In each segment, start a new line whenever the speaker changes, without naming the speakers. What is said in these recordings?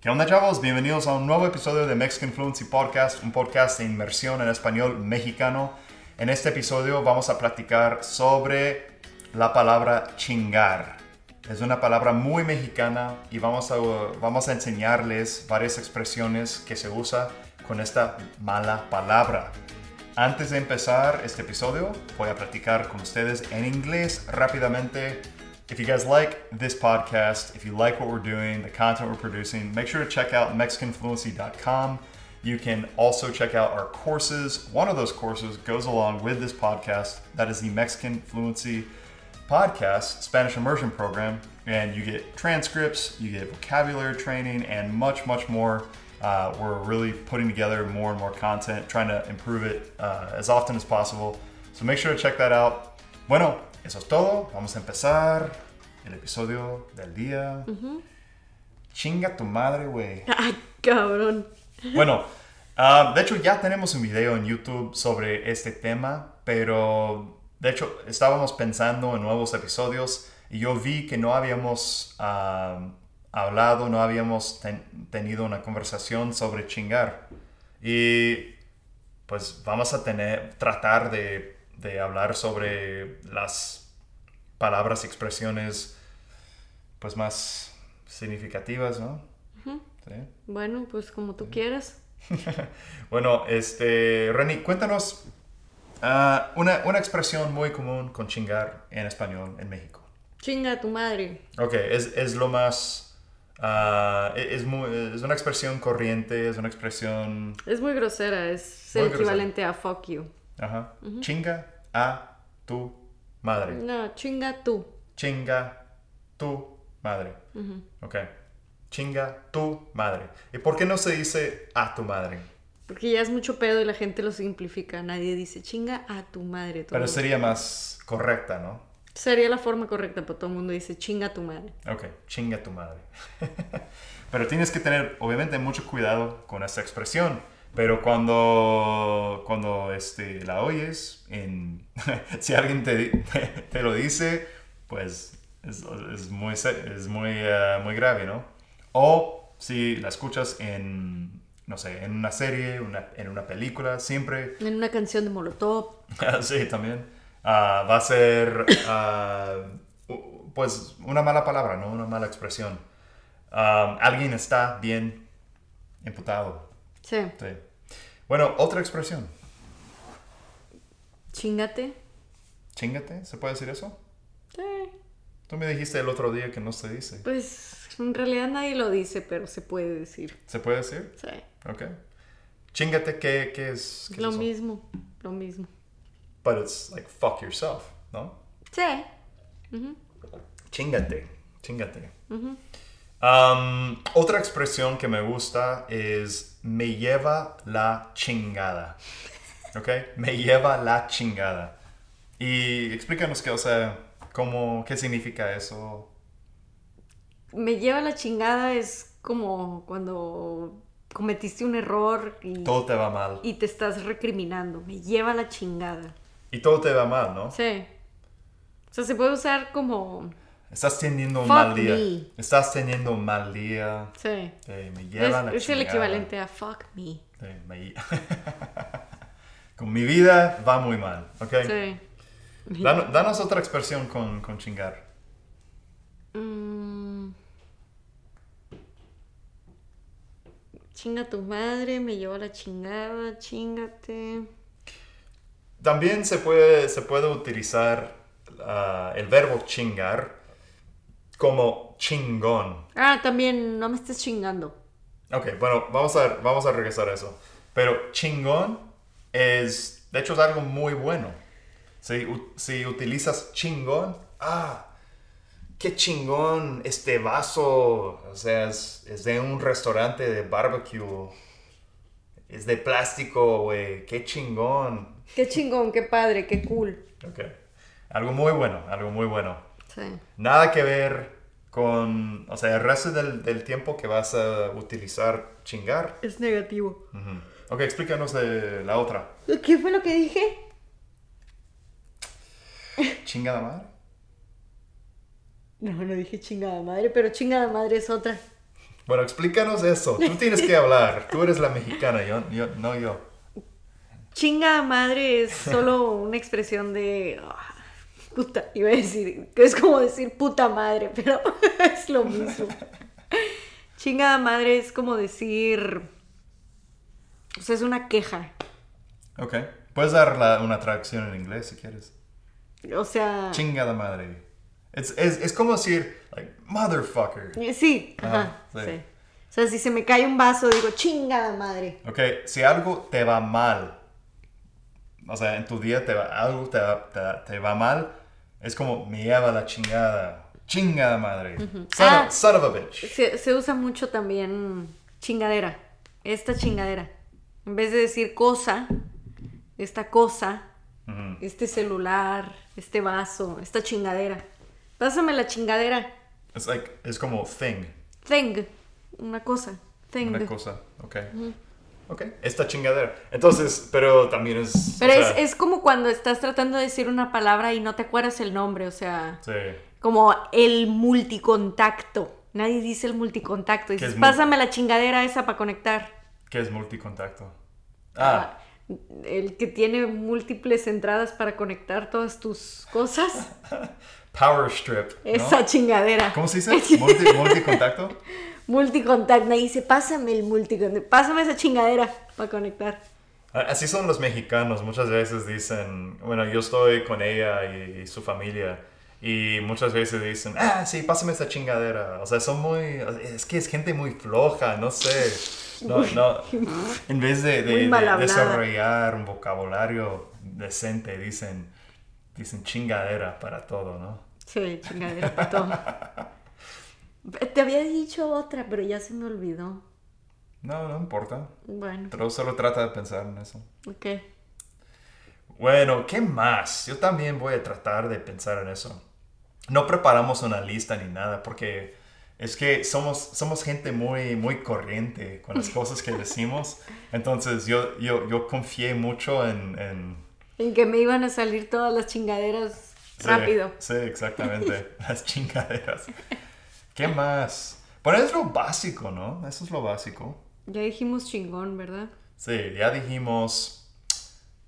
¿Qué onda chavos? Bienvenidos a un nuevo episodio de Mexican Fluency Podcast, un podcast de inmersión en español mexicano. En este episodio vamos a platicar sobre la palabra chingar. Es una palabra muy mexicana y vamos a, vamos a enseñarles varias expresiones que se usa con esta mala palabra. Antes de empezar este episodio, voy a platicar con ustedes en inglés rápidamente. If you guys like this podcast, if you like what we're doing, the content we're producing, make sure to check out MexicanFluency.com. You can also check out our courses. One of those courses goes along with this podcast. That is the Mexican Fluency Podcast Spanish Immersion Program. And you get transcripts, you get vocabulary training, and much, much more. Uh, we're really putting together more and more content, trying to improve it uh, as often as possible. So make sure to check that out. Bueno, eso es todo. Vamos a empezar el episodio del día. Chinga tu madre, güey.
Ay, cabrón.
Bueno, ah, de hecho ya tenemos un video en YouTube sobre este tema, pero de hecho estábamos pensando en nuevos episodios y yo vi que no habíamos ah, hablado, no habíamos ten- tenido una conversación sobre chingar. Y pues vamos a tener, tratar de, de hablar sobre las palabras y expresiones pues más significativas, ¿no? Sí.
Bueno, pues como tú quieras.
Bueno, este, Reni, cuéntanos ah, una, una expresión muy común con chingar en español en México.
Chinga tu madre.
Ok, es, es lo más... ah, es, es muy- es una expresión corriente, es una expresión...
Es muy grosera, es
Muy
el
grosera.
equivalente a fuck you.
Ajá. Chinga a tu madre.
No, chinga tú.
Chinga tu madre. Ok. Chinga tu madre. ¿Y por qué no se dice a tu madre?
Porque ya es mucho pedo y la gente lo simplifica. Nadie dice chinga a tu madre. Todo
Pero
el mundo-
sería más correcta, ¿no?
Sería la forma correcta, pero todo el mundo dice chinga a tu madre.
Ok, chinga tu madre. pero tienes que tener, obviamente, mucho cuidado con esta expresión. Pero cuando, cuando este, la oyes, en, si alguien te, di- te lo dice, pues es, es muy, se- es muy, eh, muy grave, ¿no? O si la escuchas en, no sé, en una serie, una- en una película, siempre
En una canción de Molotov.
sí, también. Ah, va a ser, ah, u- pues, una mala palabra, ¿no? Una mala expresión. Ah, alguien está bien imputado.
Sí.
Sí. Bueno, otra expresión.
Chingate.
Chingate, ¿se puede decir eso?
Sí.
Tú me dijiste el otro día que no se dice.
Pues en realidad nadie lo dice, pero se puede decir.
¿Se puede decir?
Sí.
Ok. Chingate, ¿qué, qué es? qué es
Lo
eso?
mismo. Lo mismo.
But it's like fuck yourself, ¿no?
Sí.
Chingate, chingate. Um, otra expresión que me gusta es me lleva la chingada. ¿Ok? Me lleva la chingada. Y explícanos qué, o sea, cómo, qué significa eso.
me lleva la chingada es como cuando cometiste un error y,
Todo te va mal.
y te estás recriminando. Me lleva la chingada.
Y todo te va mal, ¿no?
Sí. O sea, se puede usar como...
Estás teniendo un
Fuck
mal día.
me.
Estás teniendo un mal día.
Sí.
Eh, me
Es,
lleva la
es el
chingada.
equivalente a fuck me.
Eh, me- Con mi vida va muy mal, ¿ok?
Sí.
Dan- danos otra expresión con, con chingar.
Mm. Chinga tu madre, me lleva la chingada, chingate.
También se puede, se puede utilizar ah, el verbo chingar como chingón.
Ah, también no me estés chingando.
Ok, bueno, vamos a, vamos a regresar a eso. Pero chingón es, de hecho, es algo muy bueno. Si, u- si utilizas chingón, ah, qué chingón este vaso. O sea, es, es de un restaurante de barbecue. Es de plástico, güey, qué chingón.
Qué chingón, qué padre, qué cool.
Ok, algo muy bueno, algo muy bueno.
Sí.
Nada que ver con, o sea, el resto del, del tiempo que vas a utilizar chingar.
Es negativo.
Ujú. Ok, explícanos de la otra.
¿Qué fue lo que dije?
¿Chingada madre?
No, no dije chingada madre, pero chingada madre es otra.
Bueno, explícanos eso. Tú tienes que hablar. Tú eres la mexicana, yo, yo no yo.
Chinga madre es solo una expresión de. ah, puta, iba a decir. que Es como decir puta madre, pero es lo mismo. Chinga madre es como decir. O sea, es una queja.
Ok. Puedes dar la- una traducción en inglés si quieres.
O sea.
Chingada madre. Es, es, es como decir, like, motherfucker.
Sí, ajá.
Ajá, sí.
sí. O sea, si se me cae un vaso, digo, chingada madre.
Ok, si algo te va mal, o sea, en tu día te va, algo te va, te- te va mal, es como me lleva la chingada, chingada madre, son,
Ah.
of, son of a bitch.
Se, se usa mucho también chingadera. Esta chingadera. En vez de decir cosa, esta cosa,
Ujú.
este celular, este vaso, esta chingadera. Pásame la chingadera.
It's like, es como thing,
Thing. Una cosa. Thing.
una cosa, ok. Ok, esta chingadera. Entonces, pero también es... o
Pero es,
sea,
es como cuando estás tratando de decir una palabra y no te acuerdas el nombre, o sea.
Sí.
como el multicontacto. Nadie dice el multicontacto. Dices,
es mul-
pásame la chingadera esa para conectar.
¿Qué es multicontacto? Ah,
El que tiene múltiples entradas para conectar todas tus cosas.
power strip. ¿no?
Esa chingadera.
¿Cómo se dice? Multi- multicontacto.
Multicontacto. Nadie dice, pásame el multicontacto. Pásame esa chingadera para conectar.
Así son los mexicanos, muchas veces dicen, bueno, yo estoy con ella y, y su familia, y muchas veces dicen, ah, sí, pásame esa chingadera. O sea, son muy, es que es gente muy floja, no sé. No, no. En vez de, de-
Muy
de
mal hablada.
desarrollar un vocabulario decente, dicen, dicen chingadera para todo, ¿no?
Sí, chingadera para todo. Te había dicho otra, pero ya se me olvidó.
No, no importa.
Bueno,
Pero solo trata de pensar en eso.
ok.
Bueno, ¿qué más? Yo también voy a tratar de pensar en eso. No preparamos una lista ni nada porque es que somos, somos gente muy, muy corriente con las cosas que decimos. Entonces yo, yo, yo confié mucho en... en-
En que me iban a salir todas las chingaderas
sí,
rápido.
Sí, exactamente. las chingaderas. ¿Qué más? Bueno, es lo básico, ¿no? Eso es lo básico.
Ya dijimos chingón, ¿verdad?
Sí, ya dijimos...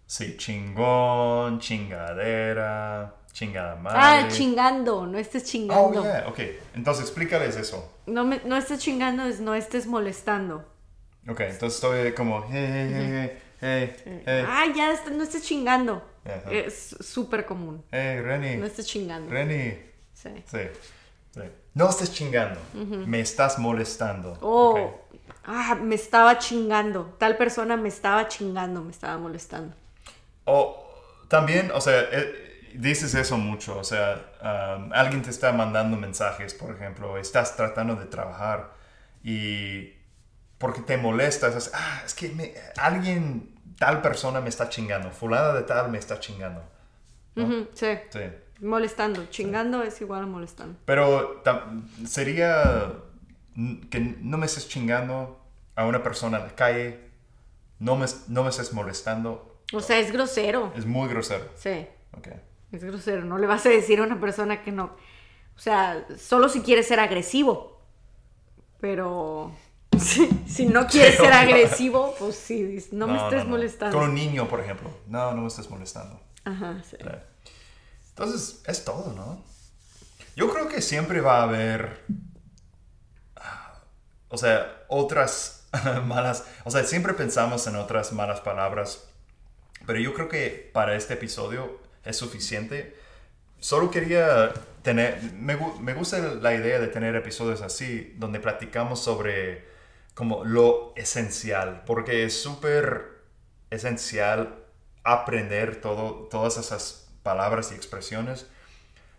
Sí, chingón, chingadera, chingada madre.
Ah, chingando, no estés
Oh,
chingando.
yeah, ok. Entonces, explícales eso.
No, me- no estés chingando es no estés molestando.
Ok, entonces estoy como, hey, hey, hey, hey, hey, hey,
Ah, ya, est- no estés chingando.
Ajá.
Es súper común.
hey,
No
Renny,
estés chingando.
Renny.
Sí.
Sí, sí. No estés chingando, me estás molestando.
Oh,
Ok.
ah, me estaba chingando. Tal persona me estaba chingando, me estaba molestando.
O también, o sea, eh, dices eso mucho, o sea, um, alguien te está mandando mensajes, por ejemplo, estás tratando de trabajar y porque te molestas, es, "Ah, es que me- alguien, tal persona me está chingando, fulana de tal me está chingando.
Ujú, sí.
Sí.
Molestando. Chingando es igual a molestando.
Pero tam- sería n- que no me estés chingando a una persona en la calle, no me, no me estés molestando,
O sea, es grosero.
es muy grosero.
Sí.
Ok.
Es grosero, no le vas a decir a una persona que no. O sea, solo si quieres ser agresivo. Pero si, si no
Sí,
quieres ser
obvio.
agresivo, pues sí, dices, no, me estés molestando.
Con un niño, por ejemplo. No, no me estés molestando.
Ajá, sí.
Entonces, es todo, ¿no? Yo creo que siempre va a haber. ah, O sea, otras malas. O sea, siempre pensamos en otras malas palabras. Pero yo creo que para este episodio es suficiente. Solo quería tener. Me, gu- me gusta la idea de tener episodios así, donde platicamos sobre como lo esencial. Porque es súper esencial aprender todo, todas esas palabras y expresiones.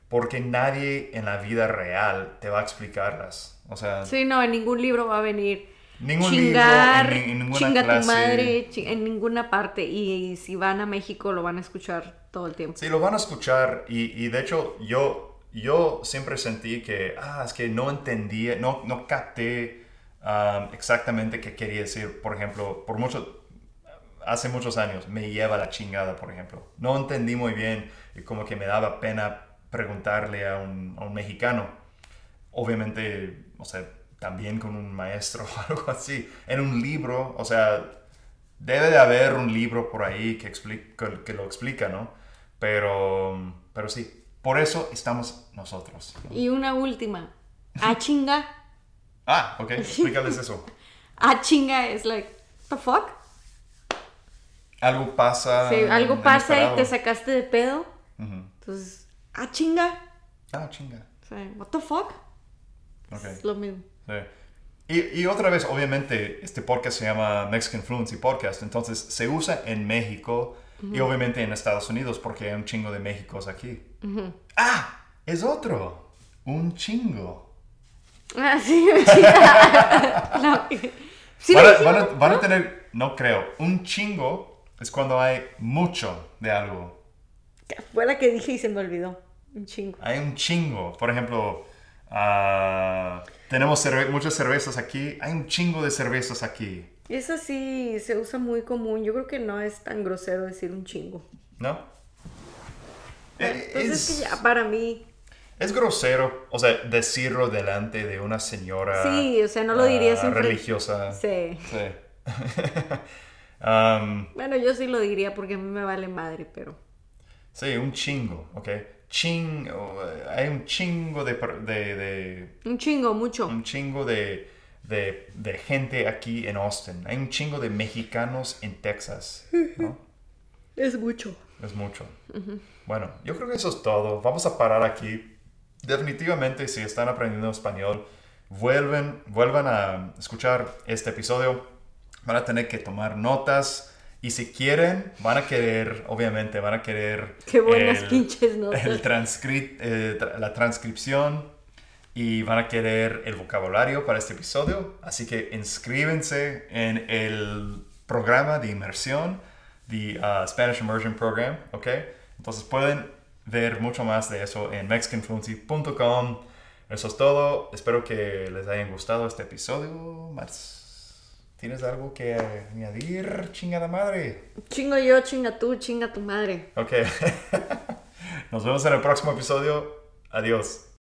Porque nadie en la vida real te va a explicarlas. O sea,
Sí, no, en ningún libro va a venir.
Ningún
chingar,
libro, en ni- en ninguna
chinga
clase.
tu madre, chi- en ninguna parte. Y, si van a México lo van a escuchar todo el tiempo.
Sí, lo van a escuchar y, y de hecho yo, yo siempre sentí que, ah, es que no entendía, no, no capté um, exactamente qué quería decir, por ejemplo, por mucho, hace muchos años, me lleva la chingada, por ejemplo. No entendí muy bien y como que me daba pena preguntarle a un, a un mexicano. Obviamente, o sea, también con un maestro o algo así, en un libro, o sea, debe de haber un libro por ahí que, explica, que lo explica, ¿no? Pero, pero sí, por eso estamos nosotros.
Y una última. A chinga.
Ah, ok, explícales eso.
A chinga es like, the fuck?
Algo pasa.
Sí, algo pasa y
inesperado.
te sacaste de pedo.
Ujú.
Entonces, a chinga.
Ah, chinga.
O sea, what the fuck?
Ok.
Es lo mismo.
Sí. Y, y otra vez, obviamente, este podcast se llama Mexican Fluency Podcast, entonces se usa en México y obviamente en Estados Unidos porque hay un chingo de Méxicos aquí. ¡Ah! Es otro. Un chingo.
Ah, sí, chinga. No. Sí,
van,
lo
a, van a-
dijimos.
van a tener, no creo, un chingo es cuando hay mucho de algo.
Fue la que dije y se me olvidó. Un chingo.
Hay un chingo. Por ejemplo, ah, tenemos cerve- muchas cervezas aquí. Hay un chingo de cervezas aquí.
Eso sí se usa muy común. Yo creo que no es tan grosero decir un chingo.
¿No? Eh,
Entonces, Pues es que ya para mí.
Es grosero, o sea, decirlo delante de una señora.
Sí, o sea, no lo dirías
ah,
siempre.
Religiosa.
Sí.
Sí. Um,
Bueno, yo sí lo diría porque a mí me vale madre, pero.
sí, un chingo, ¿ok? Ching, oh, eh, hay un chingo de, per- de, de-
Un chingo, mucho.
un chingo de, de, de gente aquí en Austin. Hay un chingo de mexicanos en Texas, ¿no?
Es mucho.
Es mucho. Bueno, yo creo que eso es todo. Vamos a parar aquí. Definitivamente, si están aprendiendo español, vuelven, vuelvan a escuchar este episodio. Van a tener que tomar notas. Y si quieren, van a querer, obviamente, van a querer...
Qué buenas pinches notas.
el transcri- eh, tra- la transcripción y van a querer el vocabulario para este episodio. Así que inscríbense en el programa de inmersión, the uh, Spanish Immersion Program, ¿ok? Entonces pueden ver mucho más de eso en mexicanfluency.com. Eso es todo. Espero que les hayan gustado este episodio. Mats, ¿tienes algo que añadir, chingada madre?
Chingo yo, chinga tú, chinga tu madre.
Ok. Nos vemos en el próximo episodio. Adiós.